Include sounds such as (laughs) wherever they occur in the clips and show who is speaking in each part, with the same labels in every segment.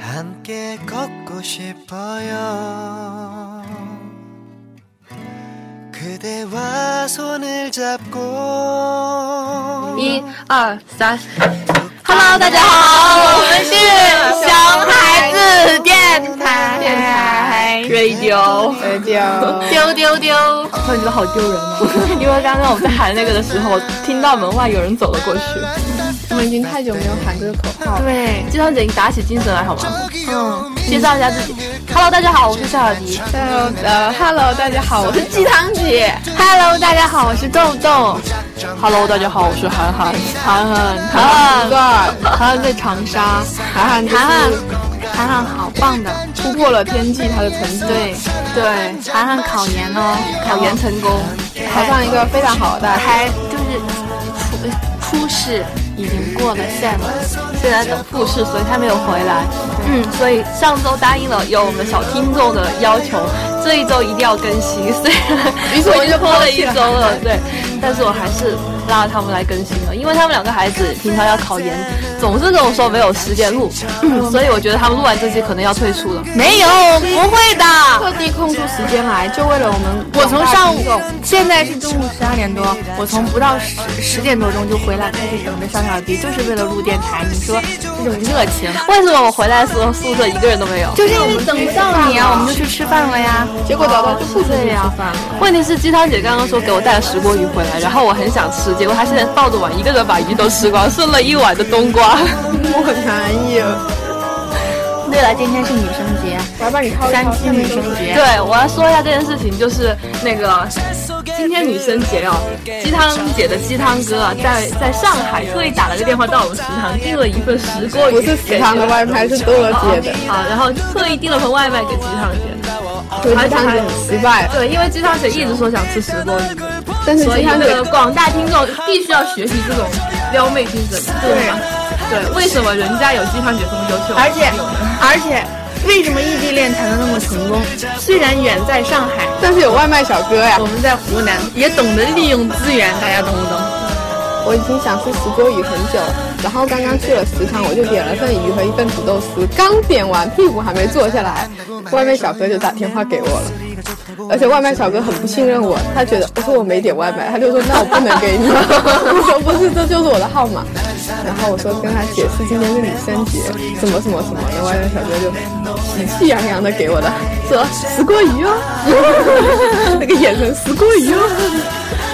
Speaker 1: 함께 걷고 싶어요. 그대와 손을 잡고
Speaker 2: 一二三，Hello，大家好，我们是熊孩子电台电台 Radio 丢丢丢，
Speaker 3: 突然觉得好丢人哦， (laughs) 因为刚刚我们在喊那个的时候，听到门外有人走了过去，
Speaker 4: 我们已经太久没有喊这个口号了。
Speaker 2: 对，这张已经打起精神来好吗？嗯，介绍一下自己，Hello，大家好，我是夏小迪。
Speaker 3: Hello，呃，Hello，大家好，我是鸡汤姐。
Speaker 2: Hello，大家好，我是豆豆。
Speaker 3: Hello，大家好，我是涵涵，涵涵，
Speaker 2: 涵涵
Speaker 3: 对，涵涵在长沙，涵涵就
Speaker 2: 涵涵
Speaker 3: 是，
Speaker 2: 涵涵好棒的，
Speaker 3: 突破了天际他的成绩，
Speaker 2: 对对，涵涵考研哦，考研成功，
Speaker 3: 考上一个非常好的大学。
Speaker 2: 还就是哎初初试已经过了 s 了，现在等复试，所以他没有回来。嗯，所以上周答应了有我们小听众的要求，这一周一定要更 (laughs) 新，所以
Speaker 3: 于是我
Speaker 2: 我已经
Speaker 3: 就
Speaker 2: 拖
Speaker 3: 抛
Speaker 2: 了一
Speaker 3: 弃了
Speaker 2: 周 (laughs) 了，对，但是我还是拉着他们来更新了，因为他们两个孩子平常要考研，总是跟我说没有时间录，嗯所以我觉得他们录完这期可能要退出了。没有，不会的。
Speaker 4: 特地空出时间来，就为了我们。
Speaker 5: 我从上午，现在是中午十二点多，我从不到十十点多钟就回来，开始等着小小迪，就是为了录电台。你说这种热情，
Speaker 2: 为什么我回来的时候宿舍一个人都没有？
Speaker 5: 就是因为等不到你啊，我们就去吃饭了呀。
Speaker 3: 结果早早就不出去
Speaker 2: 对呀
Speaker 3: 吃饭了，
Speaker 2: 问题是鸡汤姐刚刚说给我带了石锅鱼回来，然后我很想吃，结果她现在抱着碗一个人把鱼都吃光，剩了一碗的冬
Speaker 3: (laughs)
Speaker 2: 瓜。
Speaker 3: 我很难意。
Speaker 5: 对了，今天是女生节，
Speaker 4: 我要把你掏一
Speaker 5: 三
Speaker 4: 掏，
Speaker 5: 七
Speaker 4: 下
Speaker 5: 女
Speaker 4: 面都
Speaker 5: 生
Speaker 4: 是
Speaker 5: 节。
Speaker 2: 对，我要说一下这件事情，就是那个今天女生节啊，鸡汤姐的鸡汤哥啊，在在上海特意打了个电话到我们食堂订了一份石锅鱼，
Speaker 3: 不是食堂的外卖，是豆乐姐的，
Speaker 2: 啊，然后特意订了份外卖给鸡汤姐。
Speaker 3: 所以鸡汤姐很失败。
Speaker 2: 对，因为鸡汤姐一直说想吃石锅鱼，
Speaker 3: 但是
Speaker 2: 所以
Speaker 3: 鸡
Speaker 2: 那
Speaker 3: 汤姐
Speaker 2: 个广大听众必须要学习这种撩妹精神，对吧？对，为什么人家有鸡汤姐这么优秀？
Speaker 5: 而且而且，为什么异地恋谈的那么成功？虽然远在上海，
Speaker 3: 但是有外卖小哥呀
Speaker 5: 我，们在湖南，也懂得利用资源，大家懂不懂？
Speaker 3: 我已经想吃石锅鱼很久了，然后刚刚去了食堂，我就点了份鱼和一份土豆丝，刚点完屁股还没坐下来，外卖小哥就打电话给我了，而且外卖小哥很不信任我，他觉得我说我没点外卖，他就说那我不能给你，我说不是，这就是我的号码，然后我说跟他解释今天啊是女生节，什么什么什么的，外卖小哥就喜气洋洋的给我的 (laughs) 说石锅鱼哦，那个眼神石锅鱼哦。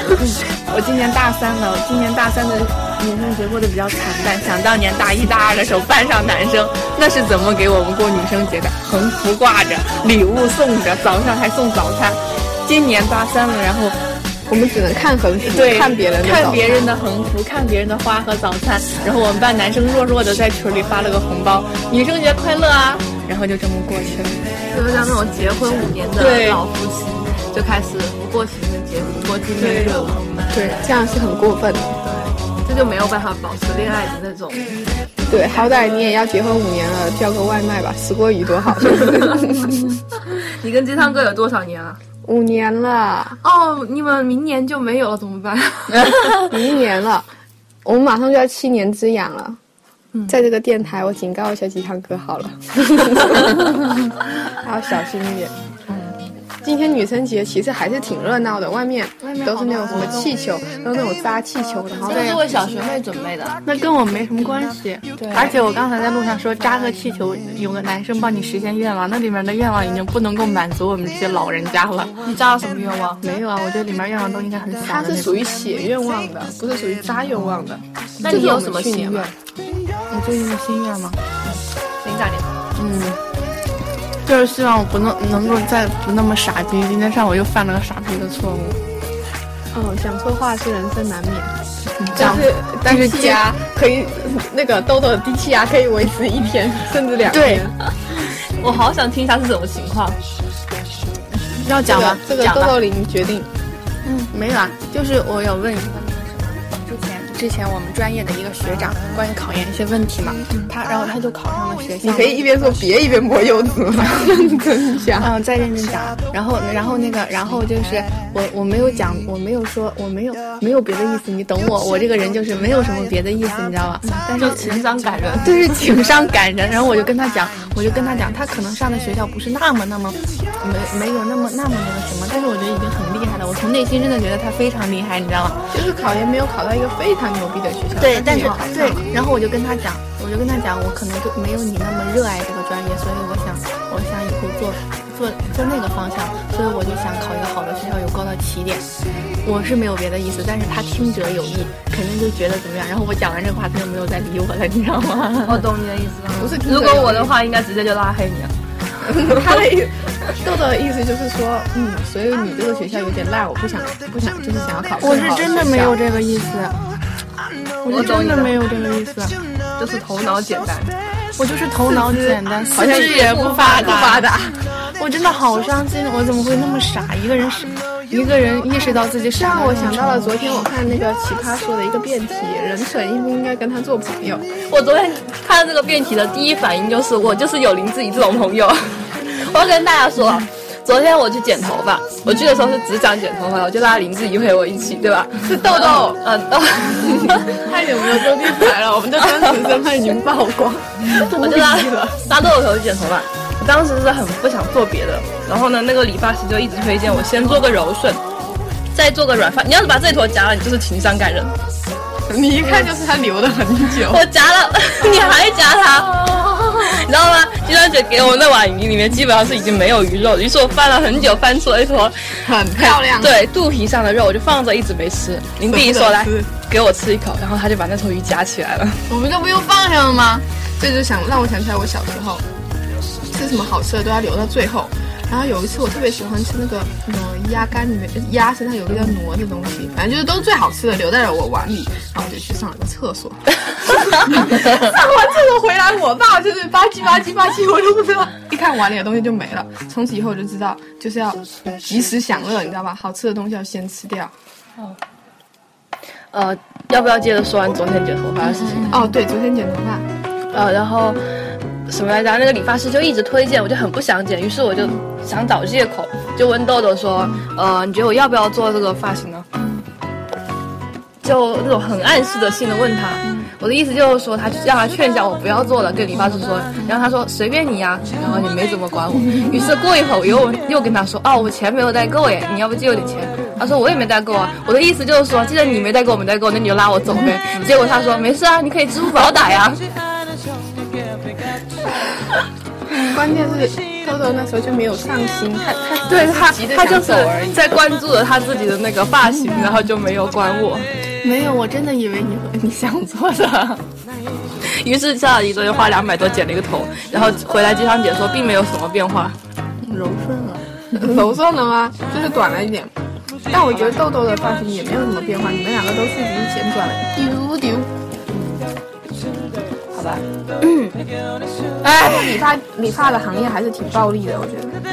Speaker 5: 我今年大三了，我今年大三的女生节过得比较惨淡。想当年大一大二的时候，班上男生那是怎么给我们过女生节的？横幅挂着，礼物送着，早上还送早餐。今年大三了，然后
Speaker 3: 我们只能看横幅，
Speaker 5: 对
Speaker 3: 看别人的
Speaker 5: 看
Speaker 3: 照
Speaker 5: 别
Speaker 3: 片
Speaker 5: 人的横幅，看别人的花和早餐。然后我们班男生弱弱的在群里发了个红包，女生节快乐啊，然后就这么过去了。
Speaker 2: 就是像那种结婚五年的
Speaker 5: 对
Speaker 2: 老夫妻，就开始不过情人节，不过纪念日了，
Speaker 3: 对，这样是很过分的。
Speaker 2: 这就没有办法保持恋爱的那种。
Speaker 3: 对，好歹你也要结婚五年了，叫个外卖吧，石锅鱼 (laughs) 多好。
Speaker 2: 你跟鸡汤哥有多少年啊了？
Speaker 3: 五年了，
Speaker 2: 哦，你们明年就没有了，怎么 (laughs) 办？
Speaker 3: 一年了，我们马上就要七年之痒了。在这个电台，我警告一下鸡汤哥好 (laughs) 了，还要小心一点。今天女生节其实还是挺热闹的，外面都是那种什么气球，都是那种扎气球，然后
Speaker 2: 这是为小学妹准备的。
Speaker 5: 那跟我没什么关系。对，而且我刚才在路上说扎个气球，有个男生帮你实现愿望，那里面的愿望已经不能够满足我们这些老人家了。
Speaker 2: 你知道什么愿望？
Speaker 5: 没有啊，我觉得里面愿望都应该很小的
Speaker 3: 它
Speaker 5: 那种。
Speaker 3: 是属于写愿望的，不是属于扎愿望的。
Speaker 2: 那
Speaker 3: 这
Speaker 2: 你
Speaker 3: 是
Speaker 2: 有
Speaker 3: 我
Speaker 2: 什
Speaker 3: 们
Speaker 2: 么
Speaker 3: 去
Speaker 2: 心
Speaker 3: 年
Speaker 2: 愿？
Speaker 5: 你最近的心愿吗？
Speaker 2: 灵感点。
Speaker 5: 嗯，就是希望我不能能够再不那么傻逼。今天上午又犯了个傻逼的错误。
Speaker 3: 嗯，讲错话是人生难免，但
Speaker 5: 讲
Speaker 3: 是但是
Speaker 5: 低气
Speaker 3: 家
Speaker 5: 压
Speaker 3: 可以，那个豆豆的低气压可以维持一
Speaker 5: (laughs)
Speaker 3: 天甚至两
Speaker 5: 对
Speaker 3: 天。
Speaker 2: 我好想听一下是什么情况。
Speaker 5: 要
Speaker 3: 这
Speaker 5: 讲
Speaker 3: 个
Speaker 5: 吗？
Speaker 3: 这个
Speaker 5: 讲
Speaker 3: 豆
Speaker 5: 吧。
Speaker 3: 豆林决定，
Speaker 5: 没有啊，就是我有问之前之前我们专业的一个学长关于考研一些问题嘛，他然后他就考上了学校。
Speaker 3: 你可以一边说别一边摸柚子吗？
Speaker 5: (laughs)
Speaker 3: 认真讲。
Speaker 5: 嗯，再认真讲。然后，然后那个，然后就是我我没有讲，我没有说，我没有没有别的意思，你懂我，我这个人就是没有什么别的意思，你知道吧？但是
Speaker 2: 情商感人，
Speaker 5: 就是情商感人。然后我就跟他讲，我就跟他讲，他可能上的学校不是那么那么没没有那么那么那个什么，但是我觉得已经很厉害了。我从内心真的觉得他非常厉害，你知道吗？
Speaker 3: 就是考研没有考到一个非常牛逼的学校，
Speaker 5: 对，但
Speaker 3: 你
Speaker 5: 是
Speaker 3: 有考上
Speaker 5: 对，然后我就跟他讲，我就跟他讲，我可能就没有你那么热爱这个专业，所以我想，我想以后做做做那个方向，所以我就想考一个好的学校，有高的起点。我是没有别的意思，但是他听者有意，肯定就觉得怎么样。然后我讲完这个话，他就没有再理我了，你知道吗？
Speaker 2: 我懂你的意思了。
Speaker 3: 不是听
Speaker 2: 如果
Speaker 3: 着有
Speaker 2: 我
Speaker 3: 意
Speaker 2: 的
Speaker 3: 思
Speaker 2: 话，应该直接就拉黑你了。
Speaker 3: (laughs) 他的意豆豆的意思就是说，嗯，所以你这个学校有点烂，我不想不想，就是想要考更好
Speaker 4: 我是真的没有
Speaker 3: 学校
Speaker 4: 这个意思，我
Speaker 2: 我
Speaker 4: 是
Speaker 2: 懂
Speaker 4: 真
Speaker 2: 你
Speaker 4: 的
Speaker 2: 的
Speaker 4: 没有这个意思，
Speaker 2: 就是头脑简单，
Speaker 4: 我就是头脑简单，
Speaker 3: 好像也不发不发 (laughs) 达，
Speaker 4: 我真的好伤心，我怎么会那么傻？一个人是，一个人意识到自己傻
Speaker 3: 让
Speaker 4: 到
Speaker 3: 我
Speaker 4: 这种
Speaker 3: 想到了
Speaker 4: 程度
Speaker 3: 昨天我看那个奇葩说的一个辩题，人蠢应不应该跟他做朋 (laughs) 友？
Speaker 2: 我昨天看到这个辩题的第一反应就是，我就是有林志颖这种朋友。 (laughs) 我要跟大家说，啊昨天我去剪头发，我去的时候是只想剪头发，我就拉林志颖陪我一起，对吧？是豆豆，嗯，豆，
Speaker 3: (laughs) 太久没有做地盘了，我们的真实身份已经曝 (laughs) 光，
Speaker 2: (laughs) 我就拉拉豆豆陪我去剪头发。我当时是很不想做别的，然后呢，那个理发师就一直推荐我先做个柔顺，再做个软发。你要是把这坨夹了，你就是情商感人。
Speaker 3: 你一看就是他留了很久。
Speaker 2: 我夹了， (laughs) 你还夹它， (laughs) 你知道吗？金小姐给我那碗鱼里面基本上是已经没有鱼肉了，于是我翻了很久，翻出了一坨
Speaker 3: 很漂亮
Speaker 2: 对肚皮上的肉，我就放着一直没吃。林弟说来
Speaker 3: 舍不得吃
Speaker 2: 给我吃一口，然后他就把那头鱼夹起来了。
Speaker 3: 我们这不又放上了吗？这就想让我想起来我小时候吃什么好吃的都要留到最后。然后有一次我特别喜欢吃那个嗯鸭肝里面鸭身上有个叫挪的东西，反正就是都是最好吃的留在了我碗里。然后我就去上了个厕所， (laughs) 上完厕所回来我爸就是吧唧吧唧吧唧，我都不知道。一看碗里的东西就没了，从此以后我就知道就是要及时享乐，你知道吧？好吃的东西要先吃掉。
Speaker 2: 呃，要不要接着说完昨天剪头发的事情？
Speaker 3: 哦，对，昨天剪头发。
Speaker 2: 呃，然后什么来着？那个理发师就一直推荐，我就很不想剪，于是我就想找借口，就问豆豆说，呃，你觉得我要不要做这个发型呢？就那种很暗示的性的问他，我的意思就是说，他让他劝一下我不要做了，跟理发师说，然后他说随便你呀、然后也没怎么管我。于是过一会儿，我又又跟他说，哦，我钱没有带够耶，你要不借我点钱？他说我也没带够啊，我的意思就是说，既然你没带够，我没带够，那你就拉我走呗。结果他说没事啊，你可以支付宝打呀。
Speaker 3: 关键是豆豆那时候就没有上心，他他
Speaker 2: 对他
Speaker 3: 急着，
Speaker 2: 他
Speaker 3: 想
Speaker 2: 就是
Speaker 3: 走而已。
Speaker 2: 在关注了他自己的那个发型，然后就没有管 (laughs) 我。
Speaker 5: 没有，我真的以为你会你想做的。
Speaker 2: 于是夏小姨昨天花两百多剪了一个头，然后回来金香姐说并没有什么变化。
Speaker 5: 柔顺了，
Speaker 3: 柔顺了吗？就是短了一点。但我觉得豆豆的发型也没有什么变化，你们两个都是已经剪短了丢丢。
Speaker 2: 好吧，
Speaker 3: 哎，理发理发的行业还是挺暴利的，我觉得。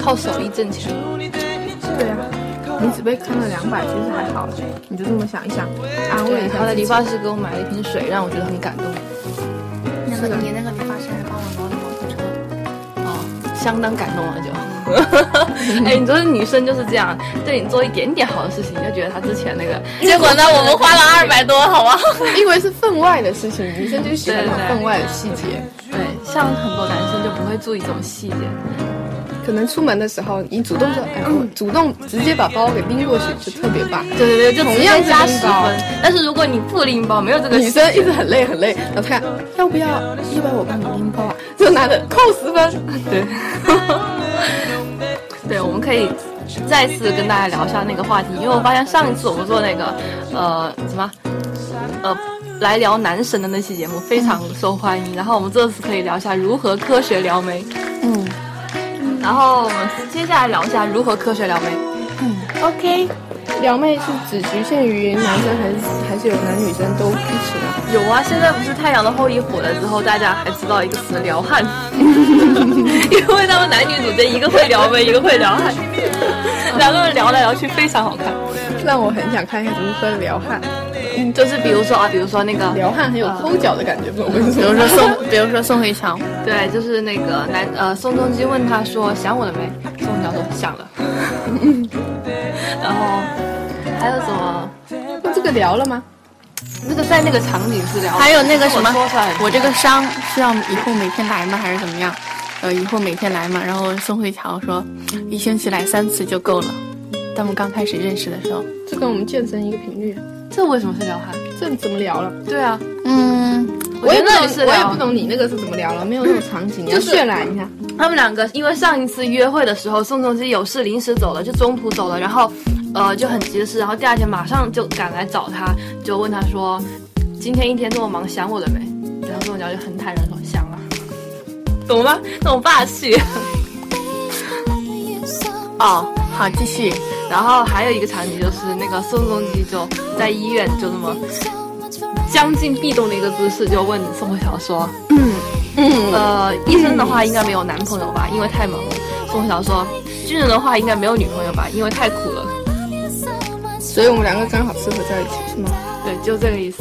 Speaker 2: 靠手艺挣钱。
Speaker 3: 对啊，你只被坑了两百，其实还好，你就这么想一想，安慰一
Speaker 2: 他
Speaker 3: 下
Speaker 2: 的
Speaker 3: 自
Speaker 2: 理
Speaker 3: 己。
Speaker 2: 发师给我买了一瓶水，让我觉得很感动，
Speaker 4: 那个你那个理发师还帮我挪了摩托车。
Speaker 2: 哦相当感动了 (laughs) 就。哎，你说女生就是这样，对你做一点点好的事情，就觉得她之前那个。 (laughs) 结果呢，我们花了二百多，好吧？
Speaker 3: 因为是分外的事情，女生就喜欢
Speaker 2: 对对
Speaker 3: 那种分外的细节。
Speaker 2: 对，像很多男生就不会注意这种细节。
Speaker 3: 可能出门的时候，你主动说，哎，我主动直接把包给拎过去，就特别棒。
Speaker 2: 对对对，就
Speaker 3: 同
Speaker 2: 直
Speaker 3: 样
Speaker 2: 接
Speaker 3: 是
Speaker 2: 加
Speaker 3: 拎
Speaker 2: 十
Speaker 3: 包
Speaker 2: 分。但是如果你不拎包，没有这个
Speaker 3: 女生一直很累很累，然后他看要不要，要不要我帮你拎包啊？ (laughs) 这个男的扣十分， (laughs)
Speaker 2: 对， (laughs) 对，我们可以再次跟大家聊一下那个话题，因为我发现上一次我们做那个呃什么呃来聊男神的那期节目非常受欢迎，然后我们这次可以聊一下如何科学撩妹。嗯，然后我们接下来聊一下如何科学撩妹。嗯
Speaker 5: OK，
Speaker 3: 撩妹是只局限于男生还是还是有男女生都一起吗？
Speaker 2: 有啊，现在不是《太阳的后裔》火了之后，大家还知道一个词“撩 (laughs) 汉”，因为他们男女主角一个会撩妹，一个会撩汉，两个人聊来聊去非常好看。
Speaker 3: 让我很想看一下如何撩汉，
Speaker 2: 嗯，就是比如说啊，比如说那个，
Speaker 3: 撩汉很有抠脚的感觉，我跟你
Speaker 5: 比
Speaker 3: 说
Speaker 5: 如说
Speaker 3: (laughs)
Speaker 5: 宋，比如说宋慧乔，
Speaker 2: 对，就是那个男呃，宋仲基问他说想我了没？宋乔说想了。然后还有什么？
Speaker 3: 那这个聊了吗？
Speaker 2: 那个在那个场景治疗，
Speaker 5: 还有那个什么
Speaker 2: 我说出来很，
Speaker 5: 我这个伤是要以后每天来吗，还是怎么样？呃，以后每天来嘛。然后宋慧乔说，一星期来三次就够了。他们刚开始认识的时候，
Speaker 3: 这跟我们健身一个频率，啊
Speaker 2: 这为什么是撩汉？
Speaker 3: 这怎么聊了？
Speaker 2: 对啊，
Speaker 5: 嗯，
Speaker 2: 我
Speaker 3: 也
Speaker 2: 觉得
Speaker 3: 不
Speaker 2: 那
Speaker 3: 懂
Speaker 2: 里是，
Speaker 3: 我也
Speaker 2: 撩
Speaker 3: 不懂你那个是怎么聊了，没有那个场景，你要
Speaker 2: 就是
Speaker 3: 渲染一下。
Speaker 2: 他们两个因为上一次约会的时候，宋仲基有事临时走了，就中途走了，然后，呃，就很急的事，然后第二天马上就赶来找他，就问他说，今天一天这么忙，想我了没？然后宋仲基就很坦然地说想了，懂吗？那种霸气。
Speaker 5: 哦，
Speaker 2: 啊
Speaker 5: 好，继续。
Speaker 2: 然后还有一个场景就是那个宋仲基就在医院就那么将近壁咚的一个姿势，就问宋慧乔说：“嗯，呃，医生的话应该没有男朋友吧，因为太忙了。”宋慧乔说：“军人的话应该没有女朋友吧，因为太苦了。
Speaker 3: 所以我们两个刚好适合在一起，是吗？”
Speaker 2: 对，就这个意思，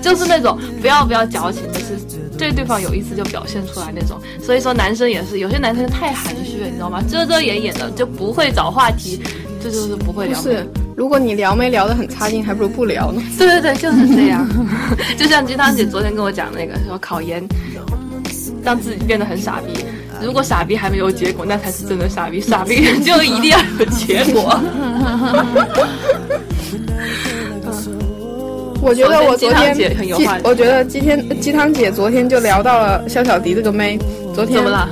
Speaker 2: 就是那种不要不要矫情，就是对对方有意思就表现出来那种。所以说男生也是，有些男生就太含蓄了，你知道吗？遮遮掩掩的就不会找话题，这就是不会
Speaker 3: 不
Speaker 2: 聊。
Speaker 3: 是，如果你聊没聊得很差劲，还不如不聊呢。
Speaker 2: 对对对，就是这样。 (laughs) 就像鸡汤姐昨天跟我讲那个，说考研让自己变得很傻逼。如果傻逼还没有结果，那才是真的傻逼。傻逼 (laughs) 就一定要有结果。
Speaker 3: 我觉得我昨天
Speaker 2: 鸡汤姐很有
Speaker 3: 鸡
Speaker 2: 话题
Speaker 3: 我觉得今天鸡汤姐昨天就聊到了肖小迪这个妹，昨天
Speaker 2: (laughs) 怎么了？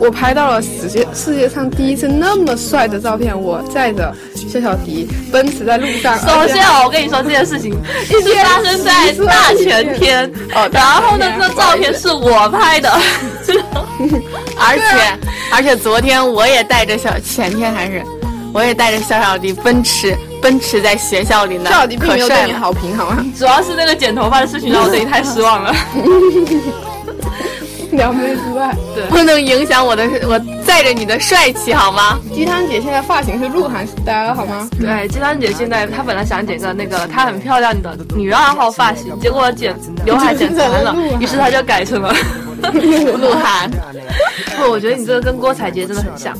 Speaker 3: 我拍到了世界世界上第一次那么帅的照片，我载着肖小迪奔驰在路上，
Speaker 2: 首
Speaker 3: 而且
Speaker 2: 先啊，我跟你说这件事情一直发生在大前天，
Speaker 3: 哦
Speaker 2: 然后呢，这照片是我拍的， (laughs)
Speaker 5: 而且而且昨天我也带着小前天还是，我也带着小小迪奔驰奔驰在学校里呢，
Speaker 3: 肖小迪并没有
Speaker 5: 可帅
Speaker 3: 对你
Speaker 5: 了
Speaker 3: 好评，
Speaker 2: (laughs)
Speaker 3: 好吗？
Speaker 2: 主要是那个剪头发的事情让我对你太失望了。
Speaker 3: 撩妹之外，
Speaker 5: 不能影响我的我载着你的帅气好吗？
Speaker 3: 鸡汤姐现在发型是鹿晗 style 好吗？
Speaker 2: 对，鸡汤姐现在她本来想剪个那个她很漂亮的女二号发型，结果剪刘海剪残了，于是她就改成了鹿晗。不，我觉得你这个跟郭采洁真的很像。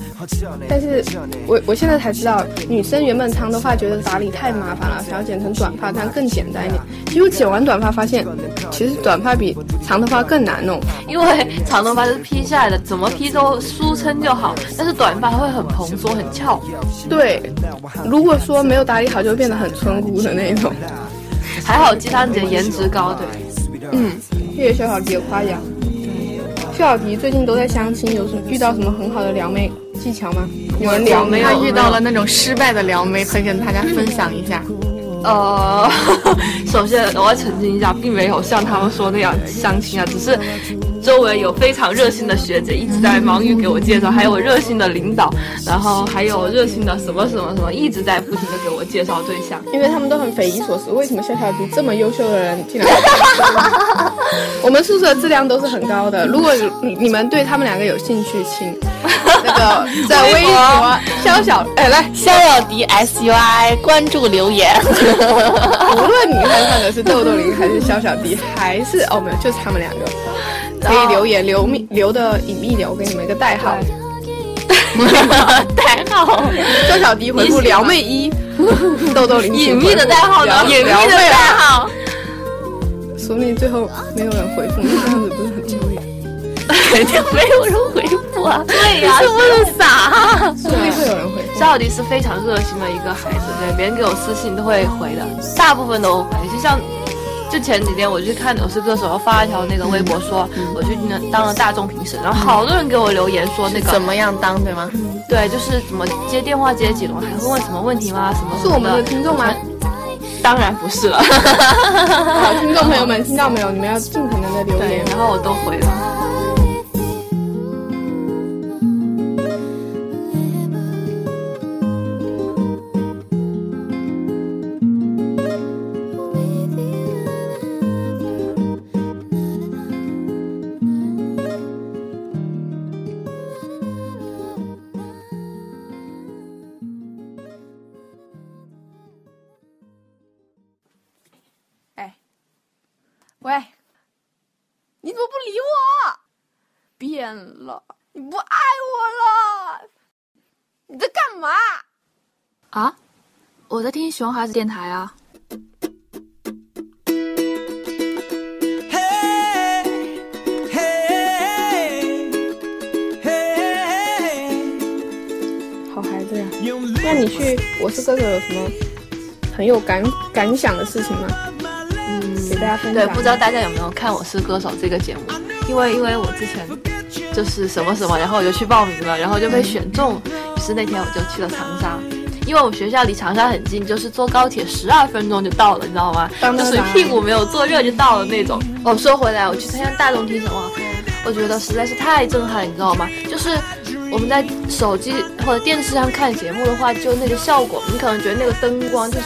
Speaker 3: 但是我我现在才知道，女生原本长头发觉得打理太麻烦了，想要剪成短发，这样更简单一点。结果剪完短发发现，其实短发比长头发更难弄。
Speaker 2: 因为长头发是披下来的，怎么披都舒撑就好，但是短发会很蓬松、很翘。
Speaker 3: 对，如果说没有打理好，就会变得很村姑的那种。
Speaker 2: 还好鸡汤姐颜值高，对，
Speaker 3: 嗯，谢谢小小迪的夸奖。肖小迪最近都在相亲，有什么遇到什么很好的撩妹技巧吗？有人撩
Speaker 2: 我没有
Speaker 5: 他遇到了那种失败的撩妹，可以跟大家分享一下。
Speaker 2: 呃， (laughs) 首先我要澄清一下，并没有像他们说那样相亲啊，只是周围有非常热心的学姐一直在忙于给我介绍，还有我热心的领导，然后还有热心的什么什么什么，一直在不停的给我介绍对象。
Speaker 3: 因为他们都很匪夷所思，为什么肖小迪这么优秀的人竟然？我们宿舍质量都是很高的，如果你你们对他们两个有兴趣，请那个在 (laughs) 微博肖小哎来，
Speaker 5: 逍遥迪 S U I 关注留言。
Speaker 3: (laughs) 无论你看上的是豆豆林还是肖小迪，还是哦没有，就是他们两个，
Speaker 2: 哦
Speaker 3: 可以留言留密留的隐秘点，我给你们一个代号，
Speaker 5: 代号
Speaker 3: 肖小迪回复撩妹一，豆豆林
Speaker 2: 隐秘的代号呢？
Speaker 3: 隐秘
Speaker 5: 你的代 (laughs) 号，
Speaker 3: 说不定最后没有人回复，那这样子不是很丢脸？
Speaker 5: 肯定没有人回复啊！
Speaker 2: 对呀、
Speaker 5: 这么傻，
Speaker 3: 说不定会有人回复。
Speaker 2: 肖小迪是非常热心的一个孩子，对别人给我私信都会回的，大部分都会回。就像就前几天我去看《我是歌手》，发了一条那个微博说，
Speaker 3: 嗯
Speaker 2: 我去那当了大众评审，然后好多人给我留言说那
Speaker 5: 怎
Speaker 2: 个
Speaker 5: 么样当对吗？
Speaker 2: 对，就是怎么接电话接几轮，还会问什么问题吗？什么
Speaker 3: 是我们的
Speaker 2: 什么
Speaker 3: 听众吗？
Speaker 2: 当然不是了，
Speaker 3: 好，听众朋友们，听到没有？你们要尽可能的留
Speaker 2: 对
Speaker 3: 言，。
Speaker 2: 然后我都回了。
Speaker 6: 哎，喂，你怎么不理我？变了，你不爱我了？你在干嘛？
Speaker 7: 啊，我在听熊孩子电台啊。
Speaker 3: 你去《我是哥哥》有什么很有感感想的事情吗？嗯，给大家分享。
Speaker 2: 对，不知道大家有没有看《我是歌手》这个节目？因为因为我之前就是什么什么，然后我就去报名了，然后就被选中。于是那天我就去了长沙，因为我学校离长沙很近，就是坐高铁十二分钟就到了，你知道吗？
Speaker 3: 当
Speaker 2: 就
Speaker 3: 当
Speaker 2: 属于
Speaker 3: 当
Speaker 2: 屁股没有坐热就到了那种。哦，说回来，我去参加大众评审，哇，我觉得实在是太震撼，你知道吗？就是我们在手机或者电视上看节目的话，就那个效果，你可能觉得那个灯光就是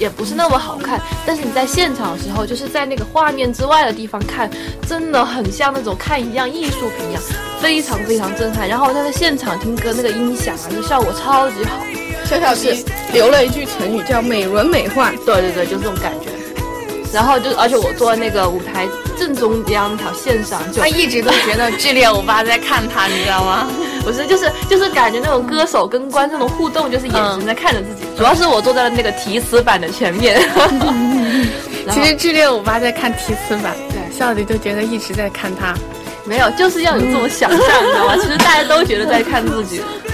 Speaker 2: 也不是那么好看，但是你在现场的时候，就是在那个画面之外的地方看，真的很像那种看一样艺术品一样，非常非常震撼。然后他在现场听歌，那个音响啊，那效果超级好。
Speaker 3: 小小弟留了一句成语叫“美轮美奂
Speaker 2: 对对对，就这种感觉。然后就，而且我坐在那个舞台正中央那条线上，就
Speaker 5: 他一直都觉得智烈欧巴在看他，你知道 (laughs) 吗？
Speaker 2: 不是，就是就是感觉那种歌手跟观众的互动，就是眼
Speaker 3: 嗯
Speaker 2: 睛在看着自己。主要是我坐在了那个提词板的前面。 (laughs) 然后
Speaker 5: 其实智烈欧巴在看提词板，
Speaker 2: 对
Speaker 5: 笑迪就觉得一直在看他。
Speaker 2: 没有，就是要有这种想象，你知道吗？其实大家都觉得在看自己， (laughs)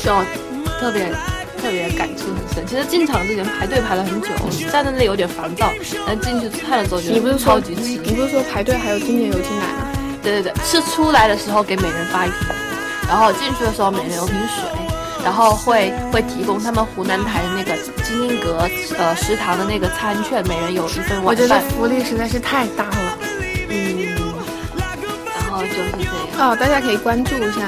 Speaker 2: 是哦，特别特别感触很深。其实进场之前排队排了很久，站在那里有点烦躁，但进去看的时候觉
Speaker 3: 你不
Speaker 2: 得
Speaker 3: 是
Speaker 2: 超
Speaker 3: 说
Speaker 2: 级值。
Speaker 3: 你不是说排队还有今年有听奶吗？
Speaker 2: 对对对，是出来的时候给每人发一瓶，然后进去的时候每人有瓶水，然后会会提供他们湖南台的那个金英阁呃食堂的那个餐券，每人有一份
Speaker 5: 我
Speaker 2: 晚
Speaker 5: 觉得
Speaker 2: 饭，
Speaker 5: 福利实在是太大了
Speaker 2: 嗯，然后就是这样。
Speaker 5: 哦，大家可以关注一下。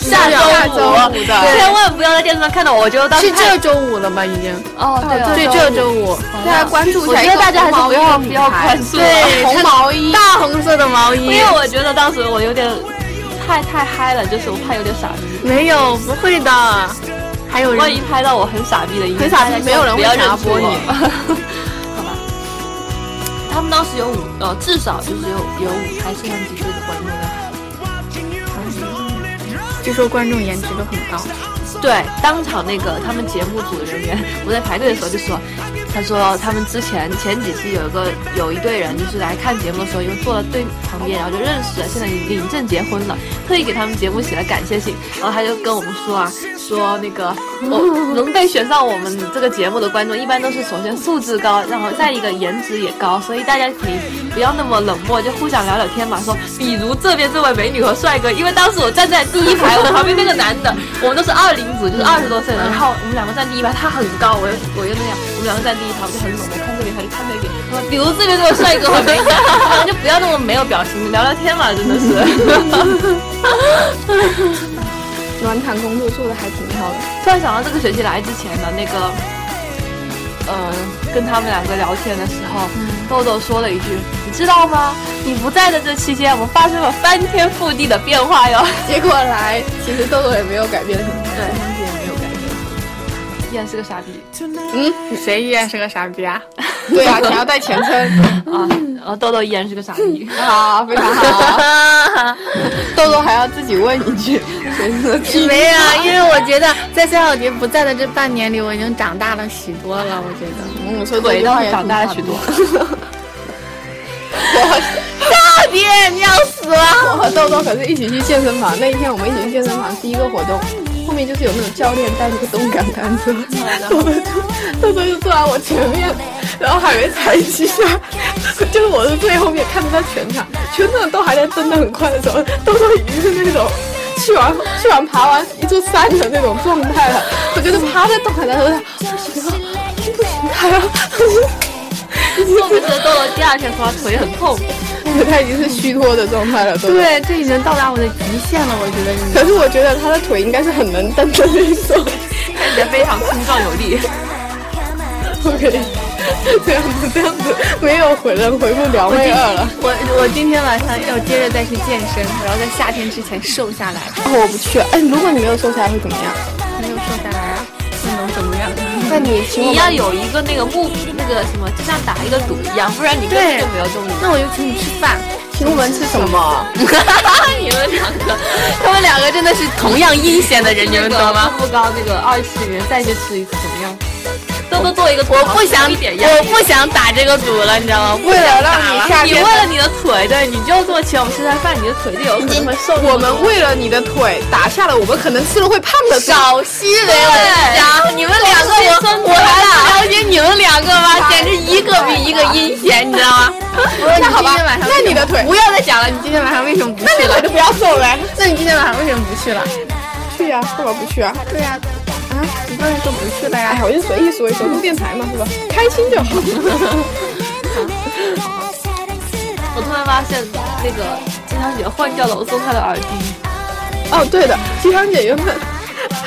Speaker 2: 下
Speaker 5: 下周
Speaker 2: 周
Speaker 5: 五的
Speaker 2: 千万不要在电视上看到我，我觉得当时
Speaker 5: 是这周五了吗？已经
Speaker 2: 哦对哦
Speaker 5: 对，这周五，
Speaker 2: 大家关注一下，我觉得大家还是不要不要关注了，
Speaker 5: 对，
Speaker 2: 红
Speaker 5: 啊红毛衣，大红色的毛
Speaker 2: 因
Speaker 5: 衣
Speaker 2: 为我觉得当时我有点太太嗨了，就是我怕有点傻逼。
Speaker 5: 没有，不会的。还有
Speaker 2: 万一
Speaker 5: 人，
Speaker 2: 拍到我很傻逼的一面，
Speaker 5: 很傻逼
Speaker 2: 大家
Speaker 5: 没有人会
Speaker 2: 不要忍
Speaker 5: 查播
Speaker 2: 住我
Speaker 5: 你
Speaker 2: (laughs) 好吧？他们当时有五呃，至少就是有有五台摄像机队的观众在
Speaker 5: 据说观众颜值都很高。
Speaker 2: 对，当场那个他们节目组的人员，我在排队的时候就说，他说他们之前前几期有一个有一对人就是来看节目的时候，因为坐到对旁边，然后就认识了，现在已经领证结婚了，特意给他们节目写了感谢信，然后他就跟我们说啊，说那个我能被选上我们这个节目的观众，一般都是首先素质高，然后再一个颜值也高，所以大家可以不要那么冷漠，就互相聊聊天嘛。说，比如这边这位美女和帅哥，因为当时我站在第一排，我旁边那个男的，我们都是二零组，就是二十多岁的，然后我们两个站第一排，他很高，我又我又那样，我们两个站第一排，我就很冷漠，看这边他就看那边，他说比如这边这位帅哥和美女，然后就不要那么没有表情，聊聊天嘛，真的是。 (laughs)
Speaker 3: 暖场工作做的还挺好的。
Speaker 2: 突然想到这个学期来之前的那个，呃，跟他们两个聊天的时候，
Speaker 5: 嗯
Speaker 2: 豆豆说了一句：“你知道吗？你不在的这期间，我发生了翻天覆地的变化哟。 (laughs)
Speaker 3: 结果来，其实豆豆也没有改变什么”，
Speaker 2: 对，依然是个傻逼
Speaker 5: 谁依然是个傻逼啊？
Speaker 3: 嗯对啊，你要带前
Speaker 2: (laughs)
Speaker 3: 称
Speaker 2: 啊，
Speaker 5: 嗯
Speaker 2: 然后豆豆依然是个傻
Speaker 5: (laughs)
Speaker 2: 逼。啊
Speaker 3: 啊，非常好。 (laughs) 豆豆还要自己问一句，谁是屁？
Speaker 5: 没有，因为我觉得在夏小迪不在的这半年里，我已经长大了许多了。我觉得
Speaker 3: 嗯，所以
Speaker 2: 腿倒是长大了许多。
Speaker 5: 傻逼，你要死了！
Speaker 3: 我 (laughs) 和豆豆可是一起去健身房，那一天我们一起去健身房，第一个活动，后面就是有那种教练带那个动感单车，豆豆就豆豆就坐在我前面，然后还没踩几下， (laughs) 就是我是最后面看到他全场，全场都还在蹬得很快的时候，豆豆已经是那种。去完去完爬完一座山的那种状态了，我就是趴在动感单车上，啊不行了，不行了，还要，
Speaker 2: 我们觉得豆豆第二天说腿很痛，
Speaker 3: (laughs) 他已经是虚脱的状态了，豆豆。
Speaker 5: 对，这已经到达我的极限了。我觉得你
Speaker 3: 可是我觉得他的腿应该是很能蹬的那种。
Speaker 2: 看起来非常粗壮有力。
Speaker 3: OK，这样子这样子没有回人回复两位二了。
Speaker 5: (laughs) 我我今天晚上要接着再去健身，我要在夏天之前瘦下来。
Speaker 3: 哦，我不去。哎，如果你没有瘦下来会怎么样？
Speaker 5: 没有瘦下来啊，那能怎么样？
Speaker 3: 那你请我
Speaker 2: 你
Speaker 3: 们
Speaker 2: 要有一个那个目，那个什么，就像打一个赌一样，不然你根本就没有动
Speaker 5: (laughs)
Speaker 2: 力。
Speaker 5: 那我就请你吃饭。
Speaker 3: 请我们吃什么？
Speaker 2: 你们两个。
Speaker 5: 他们两个真的是同样阴险的人，你们懂吗？
Speaker 2: 步步高那个二期里面再去吃一次怎么样？都都做一个吐槽
Speaker 5: 我不想，
Speaker 2: 一点样。
Speaker 5: 我不想打这个赌了，你知道吗？
Speaker 3: 为了
Speaker 5: 打
Speaker 3: 让你
Speaker 5: 了
Speaker 8: 下
Speaker 2: 你
Speaker 8: 边
Speaker 2: 为了你的腿，对，你就这么请我们吃顿饭，你的腿就有可能会受。
Speaker 3: 我们为了你的腿打下了我们可能吃了会胖的针。
Speaker 5: 少 (laughs) 吸雷文章，你们两个我我还不了解你们两个吗？简直一个比一个阴险，你知道吗？
Speaker 3: 那好吧
Speaker 5: 你今天晚，上
Speaker 3: 那你的腿
Speaker 5: 不要再讲了，你今天晚上为什么不去
Speaker 3: 腿
Speaker 5: 了
Speaker 3: 就？不要瘦呗。
Speaker 5: (laughs) 那你今天晚上为什么不去了？
Speaker 3: 去呀，干嘛不去啊？
Speaker 5: 对呀，啊，你刚才说不去了
Speaker 3: 哎
Speaker 5: 呀？
Speaker 3: 呀，我就随意说一说，录电台嘛，是吧？开心就好。
Speaker 2: 我突然发现那个金香姐换掉了我送她的耳机，
Speaker 3: 哦，对的，西昌姐原本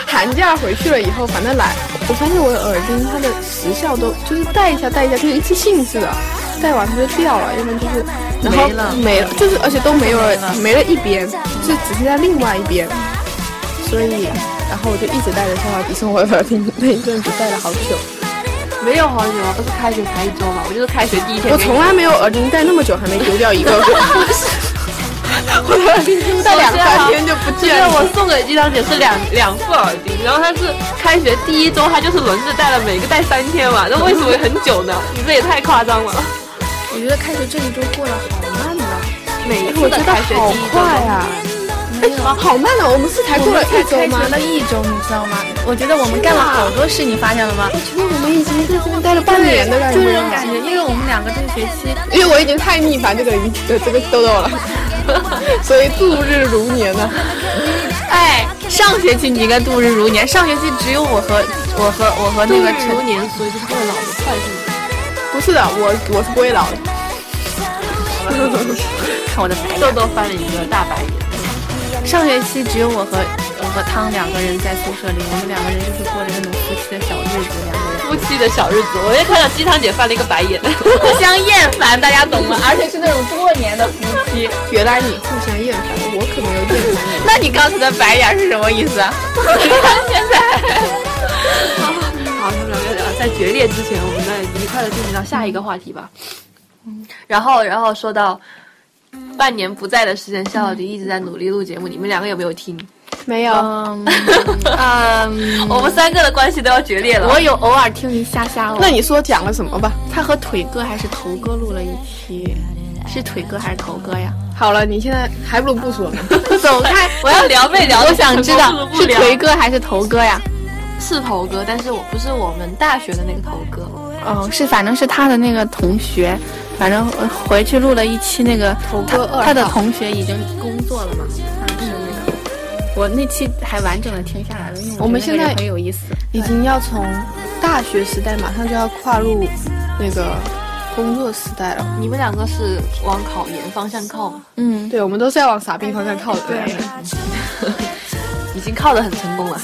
Speaker 3: 寒假回去了以后，反正来，我发现我的耳钉它的时效都就是戴一下戴一下，就是一次性质的，戴完它就掉了，要不然就是然后
Speaker 5: 没了
Speaker 3: 没了，就是而且都没有了，没了一边，就只剩下另外一边，所以然后我就一直戴着消化鼻送我的耳钉，那一阵子戴了好久，
Speaker 2: 没有好久啊，不是开学才一周嘛，我就是开学第一天给你。
Speaker 3: 我从来没有耳钉戴那么久还没丢掉
Speaker 5: (laughs)
Speaker 3: 一个过。我的耳钉几乎戴两三天就不
Speaker 2: 就
Speaker 3: 见
Speaker 2: 是
Speaker 3: 了。
Speaker 2: 啊我送给金香姐是两 (laughs) 两副耳钉，然后她是开学第一周，她就是轮着戴了，每个戴三天嘛，那为什么会很久呢？你这也太夸张了。
Speaker 5: 我觉得开学这一周过得好慢啊呐。
Speaker 2: 每一次
Speaker 3: 我觉
Speaker 2: 的
Speaker 3: 得
Speaker 2: 开学
Speaker 3: 好
Speaker 2: 第一周
Speaker 3: 快
Speaker 2: 都
Speaker 3: 啊！哎，好慢哦，我们是才
Speaker 5: 我
Speaker 3: 过了
Speaker 5: 们才
Speaker 3: 一周
Speaker 5: 开
Speaker 3: 吗？
Speaker 5: 学了一周，你知道吗？我觉得我们干了好多事，你发现了吗？
Speaker 3: 觉得我们已经在这边待了半年的感
Speaker 5: 就这种
Speaker 3: 觉。
Speaker 5: 感觉，因为我们两个这个学期
Speaker 3: 因为我已经太逆反这个鱼呃这个豆豆了， (laughs) 所以度日如年呢。
Speaker 5: 哎，上学期你应该度日如年，上学期只有我和我和我和那个
Speaker 2: 逐
Speaker 5: 陈，
Speaker 2: 年，所以就是会老得快，是吗？
Speaker 3: 不是的，我我是不会老的。
Speaker 5: 看我的白眼。
Speaker 2: 豆豆翻了一个大白眼。
Speaker 5: 上学期只有我和呃我和汤两个人在宿舍里，我们两个人就是过着那种夫妻的小日子，两个人
Speaker 2: 夫妻的小日子，我也看到鸡汤姐翻了一个白
Speaker 5: (laughs)
Speaker 2: 眼。
Speaker 5: 互相厌烦，大家懂吗？而且是那种多年的夫妻。
Speaker 3: 原来你互相厌烦，我可没有厌烦
Speaker 5: 那你刚才的白眼是什么意
Speaker 2: (laughs)
Speaker 5: 思啊？现在
Speaker 2: 好，他们两个聊在决裂之前，我们再愉快的进行到下一个话题吧。然后，然后说到半年不在的时间，肖小迪一直在努力录节目，你们两个有没有听？
Speaker 3: 你。没有，
Speaker 5: (laughs) 嗯嗯，
Speaker 2: (laughs) 我们三个的关系都要决裂了。
Speaker 5: 我有偶尔听一下下哦。
Speaker 3: 那你说讲了什么吧？
Speaker 5: 他和腿哥还是头哥录了一期，是腿哥还是头哥呀？
Speaker 3: 好了，你现在还不如不说呢。
Speaker 5: (laughs) 走开！
Speaker 2: 我要聊被聊的，
Speaker 5: 我想嗯知道
Speaker 2: 不
Speaker 5: 是
Speaker 2: 聊
Speaker 5: 腿哥还是头哥呀？
Speaker 2: 是头哥，但是我不是我们大学的那个头哥。
Speaker 5: 哦，是，反正是他的那个同学，反正呃回去录了一期那个头
Speaker 3: 哥二号
Speaker 5: 他的同学已经工作了嘛，他是那个。我那期还完整的听下来了，因为
Speaker 3: 我们
Speaker 5: 觉得那个
Speaker 3: 现在
Speaker 5: 人很有意思。
Speaker 3: 已经要从大学时代马上就要跨入那个工作时代了。
Speaker 2: 你们两个是往考研方向靠吗？
Speaker 5: 嗯，
Speaker 3: 对，我们都是要往傻逼方向靠的。
Speaker 2: 已经靠得很成功了。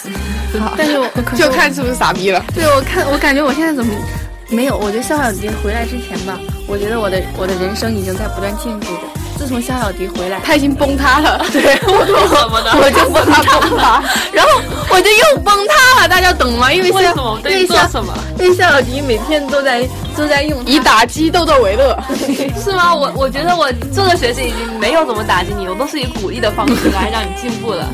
Speaker 5: 但是我可是
Speaker 3: 就
Speaker 5: 我
Speaker 3: 看是不是傻逼了。
Speaker 5: 对我看，我感觉我现在怎么没有？我觉得肖小迪回来之前吧，我觉得我的我的人生已经在不断进步着。自从肖小迪回来，
Speaker 3: 他已经崩塌了，对
Speaker 5: (laughs)
Speaker 3: 我都
Speaker 2: 怎么的？
Speaker 3: 我就崩塌崩塌。
Speaker 5: 然后我就又崩塌了，大家懂吗？因
Speaker 2: (laughs)
Speaker 5: 为
Speaker 2: 为
Speaker 5: 肖
Speaker 2: 什么？我
Speaker 5: 因
Speaker 2: 对
Speaker 5: 为
Speaker 2: 你做
Speaker 5: 肖
Speaker 2: 什么？
Speaker 5: 因为肖小迪每天都在都在用他
Speaker 3: 以打击豆豆为乐，
Speaker 2: 是吗？我我觉得我这个学期已经没有怎么打击你，我都是以鼓励的方式来让你进步了。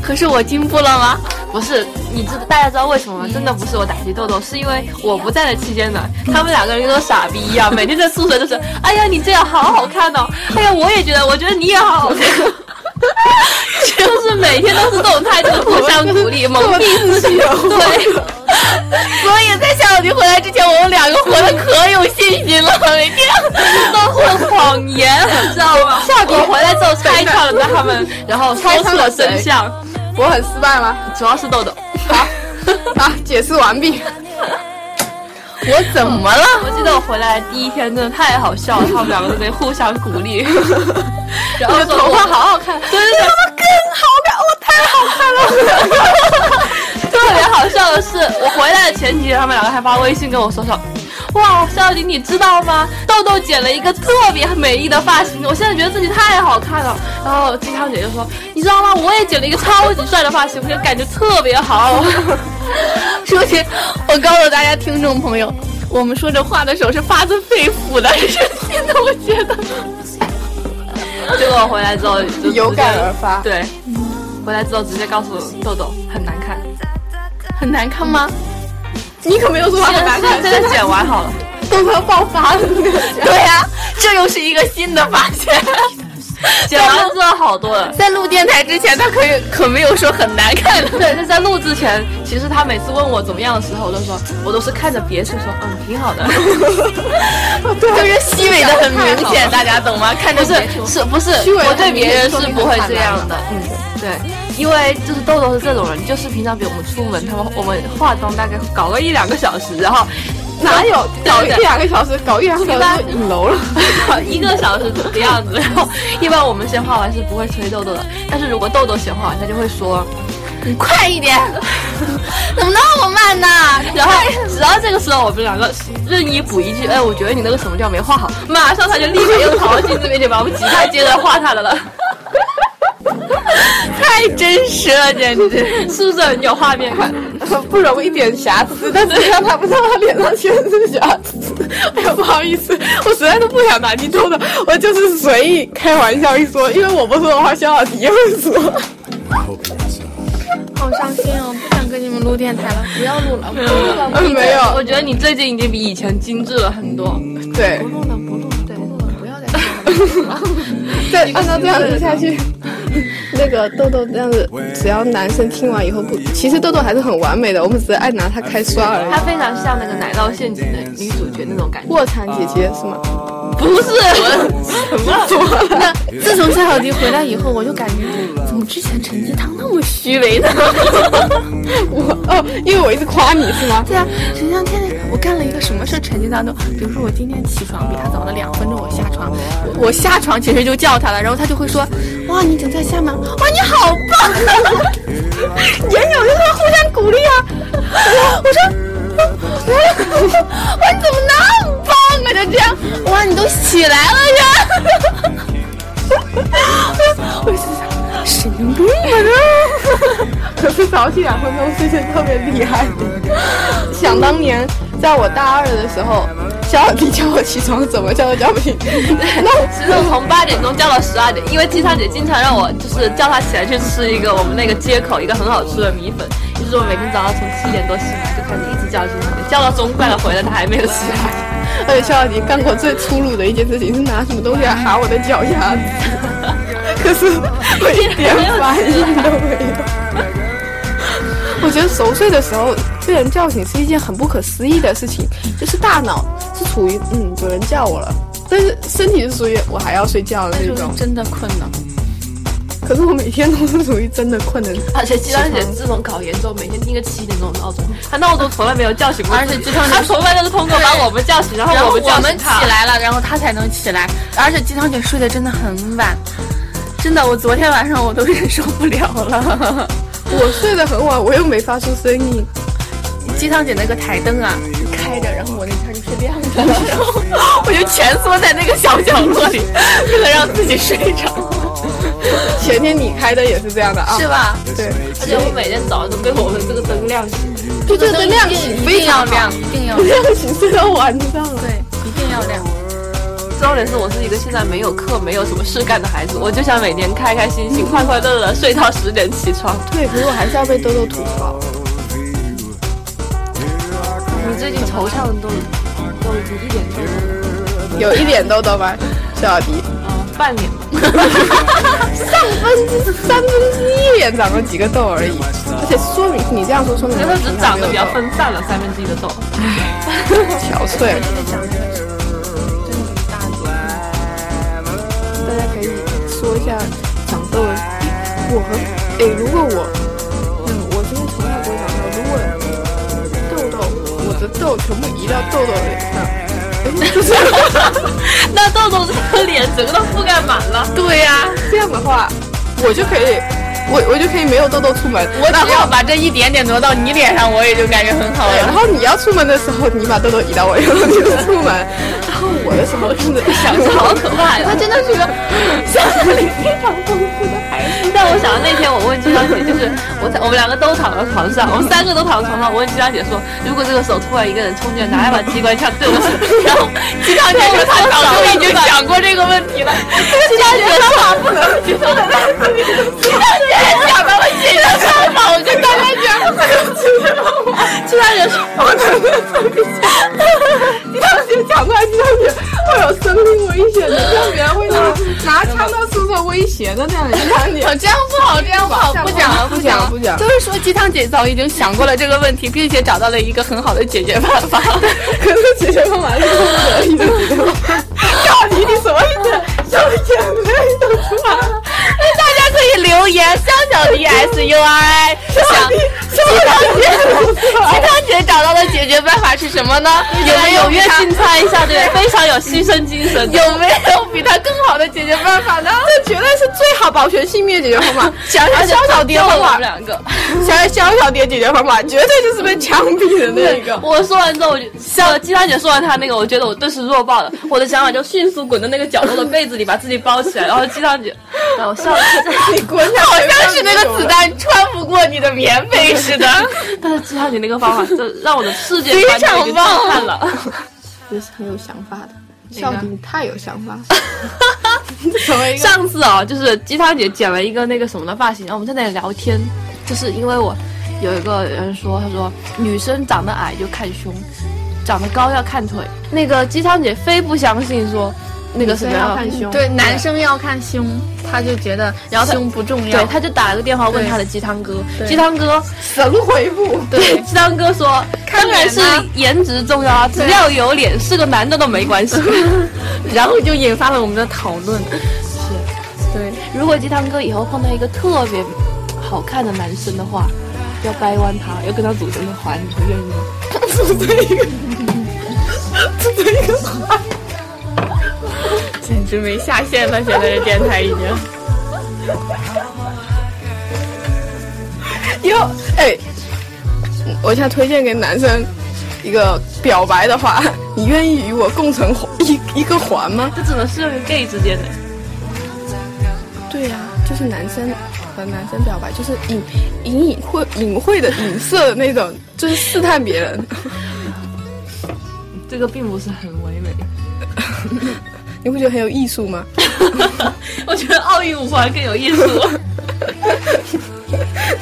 Speaker 5: 可是我进步了吗？嗯
Speaker 2: 不是，你知大家知道为什么吗？真的不是我打击豆豆，是因为我不在的期间呢，他们两个人跟傻逼一样，每天在宿舍就是，哎呀你这样好好看
Speaker 5: (laughs)
Speaker 2: 哦，哎呀我也觉得，我觉得你也好好看。就是每天都是这种态度，互相鼓
Speaker 5: (laughs)
Speaker 2: 励，蒙蔽自己。对，
Speaker 5: 啊所以在肖小迪回来之前，我们两个活得可有
Speaker 2: (laughs)
Speaker 5: 信心了，每天
Speaker 2: 都会谎言，你知道吗？我回来之后拆穿了他们，然后说出了真相，
Speaker 3: 我很失败吗？
Speaker 2: 主要是豆豆。
Speaker 3: (laughs) 啊，解释完
Speaker 4: (laughs)
Speaker 3: 毕。
Speaker 5: 我怎么了？
Speaker 2: 我记得我回来第一天真的太好笑了，他们两个在那边互相鼓励，然后
Speaker 3: 你的
Speaker 2: 说
Speaker 3: 头发
Speaker 2: 好好看，对对对，更 (laughs) 好看，我太好看了。特别好笑的是，我回来的前几天，他们两个还发微信跟我说说。哇，肖小姐，你知道吗？豆豆剪了一个特别美丽的发型，我现在觉得自己太好看了。然后金汤姐就说：“你知道吗？我也剪了一个超级帅的发型，我就感觉特别好。 (laughs)
Speaker 5: 首先，我告诉大家听众朋友，我们说这话的时候是发自肺
Speaker 2: (laughs)
Speaker 5: 腑的，是真的，我觉得。”
Speaker 2: 结果我回来之后就直接
Speaker 3: 有感而发
Speaker 2: 对，回来之后直接告诉豆豆很难看，
Speaker 5: 很难看吗？
Speaker 3: 你可没有说话很难看，
Speaker 4: (laughs)
Speaker 2: 真的剪完好了。
Speaker 3: 都快爆发了。
Speaker 2: 对呀、这又是一个新的发
Speaker 5: (laughs)
Speaker 2: 现。简单做了好多了。
Speaker 5: 在录电台之前，他可以可没有说很难看的。
Speaker 2: 对，那在录之前，其实他每次问我怎么样的时候，我都说，我都是看着别处说，嗯，挺好的。
Speaker 5: (laughs) 就是虚伪的很明显，大家懂吗？看着
Speaker 2: 不是
Speaker 5: 别处，
Speaker 2: 是不是
Speaker 3: 虚伪的
Speaker 2: 我对别人
Speaker 3: 说
Speaker 2: 是
Speaker 3: 明
Speaker 2: 不会
Speaker 3: 很坦
Speaker 2: 这
Speaker 3: 白
Speaker 2: 样的，嗯，对，因为就是豆豆是这种人，就是平常比我们出门，他们我们化妆大概搞个一两个小时，然后
Speaker 3: 哪有搞一
Speaker 2: 对
Speaker 3: 两个小时，搞一两个小时就影楼了？
Speaker 2: (laughs)
Speaker 3: (laughs)
Speaker 2: 一个小时的样子，然后一般我们先画完是不会催豆豆的，但是如果豆豆先画完，他就会说。你快一点， (laughs) 怎么那么慢呢？然后只要这个时候，我们两个任意补一句，哎，我觉得你那个什么叫没画好，马上他就立刻用淘镜子面前把我们挤开，接着画他的了。 (laughs) 太真实了，简直是不是很有画面感？
Speaker 3: 不容一点瑕疵，但是他看不到他脸上全是瑕疵。哎呀，不好意思，我实在是不想拿你偷的，我就是随意开玩笑一说，因为我不说的话，肖老师也会说。
Speaker 4: 好伤心哦，不想跟你们录电台了，不要录了，不录了。
Speaker 3: 嗯， (laughs) 没有
Speaker 2: 我，觉得你最近已经比以前精致了很多。
Speaker 3: 对，
Speaker 4: 不要再说了。
Speaker 3: 再按照这样子下去， (laughs) 那个豆豆这样子，只要男生听完以后不，其实豆豆还是很完美的，我们只是爱拿他开刷而
Speaker 2: 她
Speaker 3: 已。
Speaker 2: 非常像那个奶酪陷阱的女主角那种感觉。
Speaker 3: 卧蚕姐姐是吗？
Speaker 2: 不是，
Speaker 4: 那自从夏小迪回来以后，我就感觉怎么之前陈鸡汤那么虚伪呢？
Speaker 3: 我哦，因为我一直夸你是 (laughs) 吗？
Speaker 4: 对啊，陈江天天我干了一个什么事儿沉浸当中，比如说我今天起床比他早了两分钟，我下床， (laughs) 我我下床其实就叫他了，然后他就会说，哇，你已经在下吗？哇，你好棒！人有的时候互相鼓励啊。我说，我我说你怎么那么棒啊？就这样，哇，你都起来了呀！我就想，神经病啊！
Speaker 3: 可是早起两分钟是一件特别厉害的。想当年，在我大二的时候，小小弟叫我起床，怎么叫都叫不醒。那
Speaker 2: 其实我从八点钟叫到十二点，因为鸡汤姐经常让我就是叫她起来去吃一个我们那个街口一个很好吃的米粉，于是我每天早上从七点多醒来就开始一直叫鸡汤姐，叫到中快了回来她还没有起来。
Speaker 3: (laughs) 而且小小弟干过最粗鲁的一件事情是拿什么东西来哈我的脚丫子， (laughs) 可是我一点反应都没有。 (laughs) 我觉得熟睡的时候被人叫醒是一件很不可思议的事情，就是大脑是处于嗯有人叫我了，但是身体是属于我还要睡觉的那种。
Speaker 4: 真的困了。
Speaker 3: 可是我每天都是属于真的困的
Speaker 2: 而且鸡汤姐自从考研之后，每天定个七点钟的闹钟，她闹钟从来没有叫醒过自己，
Speaker 4: 而且鸡汤姐
Speaker 2: 她从来都是通过把我们叫醒，然后
Speaker 4: 然后
Speaker 2: 我们叫
Speaker 4: 我
Speaker 2: 醒
Speaker 4: 们
Speaker 2: 她。
Speaker 4: 起来了，然后他才能起来。而且鸡汤姐睡得真的很晚，真的，我昨天晚上我都忍受不了 (laughs) 了。
Speaker 3: 我睡得很晚，我又没发出声音，
Speaker 4: 鸡汤姐那个台灯啊，开着，然后我那天就是亮着的，然后我就蜷缩在那个小角落里，为了让自己睡着，
Speaker 3: (laughs) 前天你开的也是这样的啊，
Speaker 4: 是吧？
Speaker 3: 对，
Speaker 2: 而且我每天早上都被我们这个灯亮醒。
Speaker 3: 就这个亮起 (laughs) 非
Speaker 4: 要
Speaker 3: 常
Speaker 4: 亮，一定要亮，
Speaker 3: 亮起睡到晚上了。
Speaker 4: 对，一定要亮。
Speaker 2: 重点是我是一个现在没有课、没有什么事干的孩子，我就想每天开开心心、快快乐乐地睡到十点起床。
Speaker 3: 对，可是我还是要被豆豆吐槽。
Speaker 2: 你最近惆怅都都已经一点多了，
Speaker 3: 有一点豆豆吧，小迪，
Speaker 2: 半年
Speaker 3: 上分之三分之一脸长了几个痘而已，而且说明你这样说说明
Speaker 2: 因为它只长得比较
Speaker 3: 分
Speaker 2: 分散了三分之一的痘。
Speaker 3: 憔悴。大家可以说一下长痘的，我和哎，如果我，嗯，我真的从来不会长痘，如果痘痘，我的痘全部移到痘痘脸上，
Speaker 2: 那痘痘这个脸整个都覆盖满了，
Speaker 3: 对呀、这样的话，哎我就可以，我我就可以没有痘痘出门，我然
Speaker 5: 只要
Speaker 3: 后。
Speaker 5: 把这一点点挪到你脸上，我也就感觉很好
Speaker 3: 对，然
Speaker 5: 了。
Speaker 3: 后你要出门的时候，你把痘痘移到我脸上，你就出门。然后我的时候真的
Speaker 2: (laughs)
Speaker 3: 想
Speaker 2: 这好可怕呀！
Speaker 3: 真的是
Speaker 2: (laughs)
Speaker 3: 个
Speaker 2: 但我想到那天我问金小姐，就是 (laughs) 我在我们两个都躺到床上，我们三个都躺到床上。我问金小姐说，如果这个时候突然一个人冲进来，拿一把机关枪对我手，
Speaker 4: (laughs)
Speaker 2: 然后金小姐说她早就已经想过这个问题了。金小姐说不能接受的，金小姐想到了自己的伤口，我跟大家讲，金小姐说，金小姐
Speaker 3: 邪的那样的鸡汤姐
Speaker 4: 哦，这样不好，这样不好，不讲了，
Speaker 3: 不
Speaker 4: 讲
Speaker 3: 讲
Speaker 4: 了，
Speaker 3: 不讲
Speaker 4: (laughs) 就是说，鸡汤姐早已经想过了这个问题，并且找到了一个很好的解决办法。
Speaker 3: 可是姐姐们完了之后，我一直觉得，到底你所谓的用眼泪都出来了，
Speaker 4: 大家可以留言“香小迪 S U R I”，想鸡汤姐，鸡汤姐找到的解决办法是什么呢？有没有
Speaker 2: 踊跃
Speaker 4: 比她
Speaker 2: 进参一下，对，非常有牺牲精神的。
Speaker 4: 有没有比它更好的解决办法呢？
Speaker 3: 这绝对是最好保全性命的解决方法。
Speaker 4: 想想香小迪
Speaker 2: 问
Speaker 4: 好
Speaker 2: 我们
Speaker 4: 吧。
Speaker 2: 两个，
Speaker 3: 想想小小蝶解决方法，绝对就是被枪毙的那一个。
Speaker 2: 我说完之后，我就像鸡汤姐说完她那个，我觉得我顿时弱爆了。我的想法就迅速滚到那个角落的被子里，把自己包起来。然后鸡汤姐，然后上次，
Speaker 3: 你滚下去！好
Speaker 4: 但是那个子弹穿不过你的棉 (laughs) 被似的。
Speaker 2: 但是鸡汤姐那个方法，就让我的世界观
Speaker 4: 非常
Speaker 2: 都已经震撼了。
Speaker 3: 也是很有想法的。笑你太有想 (laughs) 法了，成为一个
Speaker 2: 上次啊，就是鸡汤姐剪了一个那个什么的发型，然后我们在那里聊天，就是因为我有一个人说，他说女生长得矮就看胸，长得高要看腿。那个鸡汤姐非不相信说那个什么
Speaker 3: 要
Speaker 2: 样
Speaker 3: 看胸，
Speaker 4: 对，男生要看胸，他就觉得
Speaker 2: 然后他
Speaker 4: 胸不重要
Speaker 2: 对，。他就打了个电话问
Speaker 4: 对
Speaker 2: 他的鸡汤哥，
Speaker 4: 对
Speaker 2: 鸡汤哥，
Speaker 3: 神回 (laughs) 复。
Speaker 2: 对，鸡汤哥说，当然是
Speaker 4: 脸啊
Speaker 2: 颜值重要啊，只要有脸，是个男的都没关 (laughs) 系。
Speaker 4: 然后就引发了我们的讨论。
Speaker 2: 如果鸡汤哥以后碰到一个特别好看的男生的话，要掰弯他，要跟他组成一个环，你会愿意吗？
Speaker 4: 简直没下限了！现在这电台已经。
Speaker 3: 哟，哎，我现在推荐给男生一个表白的话，你愿意与我共存环一一个环吗？
Speaker 2: 这只能适用于 gay 之间的。
Speaker 3: 对呀、就是男生和男生表白，就是隐隐隐晦隐晦的隐射的那种，就是试探别人。 (laughs)
Speaker 2: 这个并不是很唯美，
Speaker 3: 你不觉得很有艺术 (laughs) 吗？
Speaker 2: (laughs) 我觉得奥运五环更有意思。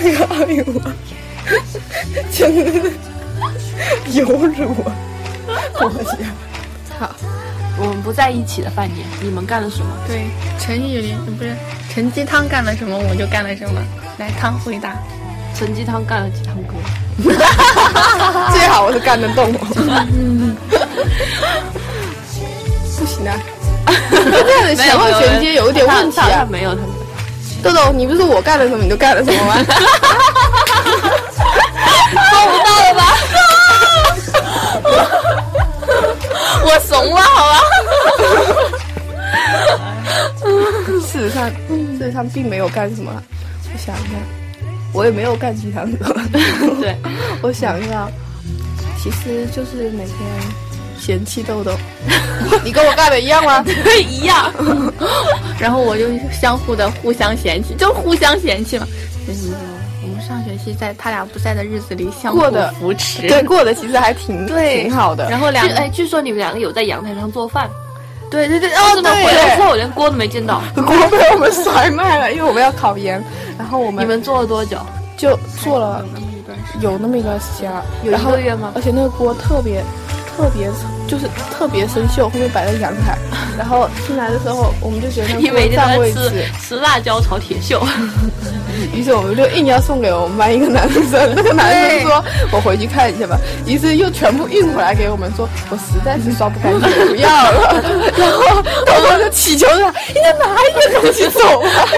Speaker 3: 那个奥运舞，啊 (laughs) 真的是 (laughs) 有辱啊！我天，
Speaker 2: (laughs) 我们不在一起的半年，你们干了什么？
Speaker 4: 对，陈雨林不是陈鸡汤干了什么，我就干了什么。来，汤回答。
Speaker 2: 陈鸡汤干了鸡汤哥，
Speaker 3: (laughs) 最好我是干得动哦。 (laughs) 不行啊！这样的前后衔接有一点问题
Speaker 2: 他他
Speaker 3: 啊！
Speaker 2: 没有他没有。
Speaker 3: 豆豆，你不是我干了什么你就干了什么 (laughs) 吗？ (laughs)
Speaker 4: 我怂了，好吧。
Speaker 3: (laughs) 事实上，事实上并没有干什么。我想一下，我也没有干鸡汤 (laughs) 哥。
Speaker 2: 对，
Speaker 3: (laughs) 我想一下，其实就是每天嫌弃
Speaker 2: (laughs)
Speaker 3: 豆豆。你跟我干的一样吗？
Speaker 4: 对，一样。 (laughs) 然后我就相互的互相嫌弃，就互相嫌弃嘛。就是我们上学期在他俩不在的日子里相互
Speaker 3: 过得
Speaker 4: 扶持，
Speaker 3: (laughs) 对，过得其实还挺
Speaker 2: 对
Speaker 3: 挺好的。
Speaker 4: 然后两
Speaker 2: 据
Speaker 4: 个
Speaker 2: 哎，据说你们两个有在阳台上做饭，
Speaker 3: 对对对，哦
Speaker 2: 怎么回来之后我连锅都没
Speaker 4: (laughs)
Speaker 2: 见到？
Speaker 3: 锅被我们甩卖了，因为我们要考研，然后我们
Speaker 2: 你们做了多
Speaker 4: (laughs)
Speaker 2: 久？
Speaker 3: 就做了有那么一段时间了，
Speaker 2: 有
Speaker 3: 然
Speaker 2: 一
Speaker 3: 后
Speaker 2: 个月吗
Speaker 3: 而且那个锅特别特别就是特别生锈，后面摆在阳台， (laughs) 然后进来的时候我们就觉得那
Speaker 2: 因
Speaker 3: 个
Speaker 2: 为
Speaker 3: 锅
Speaker 2: 一直
Speaker 3: 占
Speaker 2: 在
Speaker 3: 位
Speaker 2: 吃
Speaker 3: 置，
Speaker 2: 吃辣椒炒铁
Speaker 4: (laughs)
Speaker 2: 锈。
Speaker 4: 哦
Speaker 3: 于是我们就硬要送给我们班一个男生，那个男生说我回去看一下吧，于是又全部运回来给我们说，我实在是刷不干净，不要
Speaker 4: (laughs)
Speaker 3: 了，然后豆豆就祈求他，你再拿一个东西走啊吧。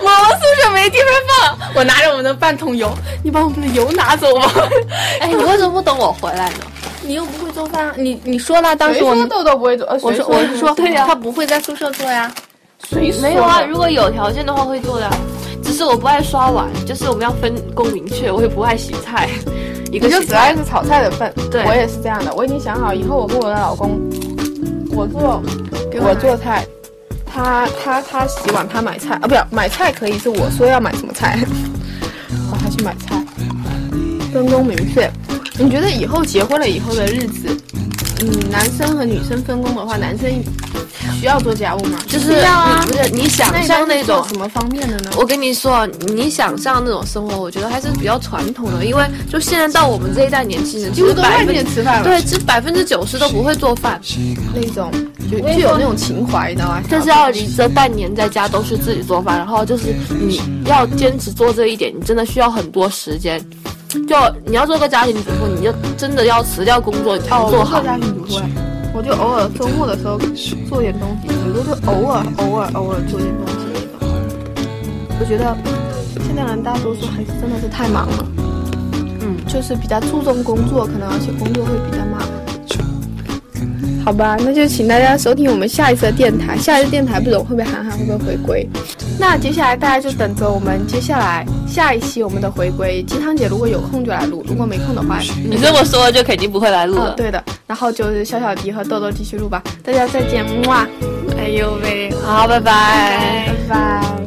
Speaker 4: 我们宿舍没地方放，我拿着我们的半桶油，你把我们的油拿走吧。
Speaker 2: 哎，你为什么不等我回来
Speaker 4: (laughs)
Speaker 2: 呢？
Speaker 4: 你又不会做饭，你你说了，当
Speaker 3: 谁
Speaker 4: 时我
Speaker 3: 说
Speaker 4: 们
Speaker 3: 豆豆不会做？呃
Speaker 4: 我
Speaker 3: 谁
Speaker 4: 说
Speaker 3: 说
Speaker 4: 我是说，
Speaker 2: 对呀
Speaker 4: 他不会在宿舍做呀。
Speaker 3: 谁说
Speaker 4: 哎
Speaker 2: 没有啊，如果有条件的话会做的啊，只是我不爱刷碗，就是我们要分工明确，我也不爱洗菜，一
Speaker 3: 你
Speaker 2: 个
Speaker 3: 就
Speaker 2: 洗
Speaker 3: 只
Speaker 2: 菜
Speaker 3: 爱是炒菜的份。
Speaker 2: 对
Speaker 3: 我也是这样的。我已经想好，以后我跟我的老公，我做我做菜，他他他洗碗，他买菜啊，不是买菜可以是我说要买什么菜， (laughs) 然后他去买菜，分工明确。你觉得以后结婚了以后的日子，嗯，男生和女生分工的话，男生需要做家务吗？
Speaker 2: 就是
Speaker 3: 需要啊
Speaker 2: 你不是你想象那种
Speaker 3: 什么方面的呢？
Speaker 2: 我跟你说，你想象那种生活，我觉得还是比较传统的，因为就现在到我们这一代年轻啊人，
Speaker 3: 几乎都
Speaker 2: 百
Speaker 3: 外
Speaker 2: 分
Speaker 3: 面吃饭了，
Speaker 2: 对，这百分之九十都不会做饭，
Speaker 3: 那种就具有那种情怀，你知道吗？
Speaker 2: 但是要你这半年在家都是自己做饭，然后就是你要坚持做这一点，你真的需要很多时间。就你要做个家庭主妇，你就真的要辞掉工作，你才能
Speaker 3: 哦，
Speaker 2: 做
Speaker 3: 我
Speaker 2: 好
Speaker 3: 做。家庭主妇哎，我就偶尔周末的时候做点东西，顶多就偶尔偶尔偶尔做点东西那种。我觉得现在人大多数还是真的是太忙了，
Speaker 2: 嗯，
Speaker 3: 就是比较注重工作，可能而且工作会比较忙。
Speaker 9: 好吧，那就请大家收听我们下一次的电台。下一次电台不知道会不会韩寒会不会回归？
Speaker 3: 那接下来大家就等着我们接下来下一期我们的回归，鸡汤姐如果有空就来录，如果没空的话，
Speaker 2: 你这么说就肯定不会来录
Speaker 3: 嗯、
Speaker 2: 了。
Speaker 3: 对的。然后就是小小迪和豆豆继续录吧，大家再见，么啊！哎呦喂，
Speaker 2: 好，拜拜
Speaker 3: 拜拜。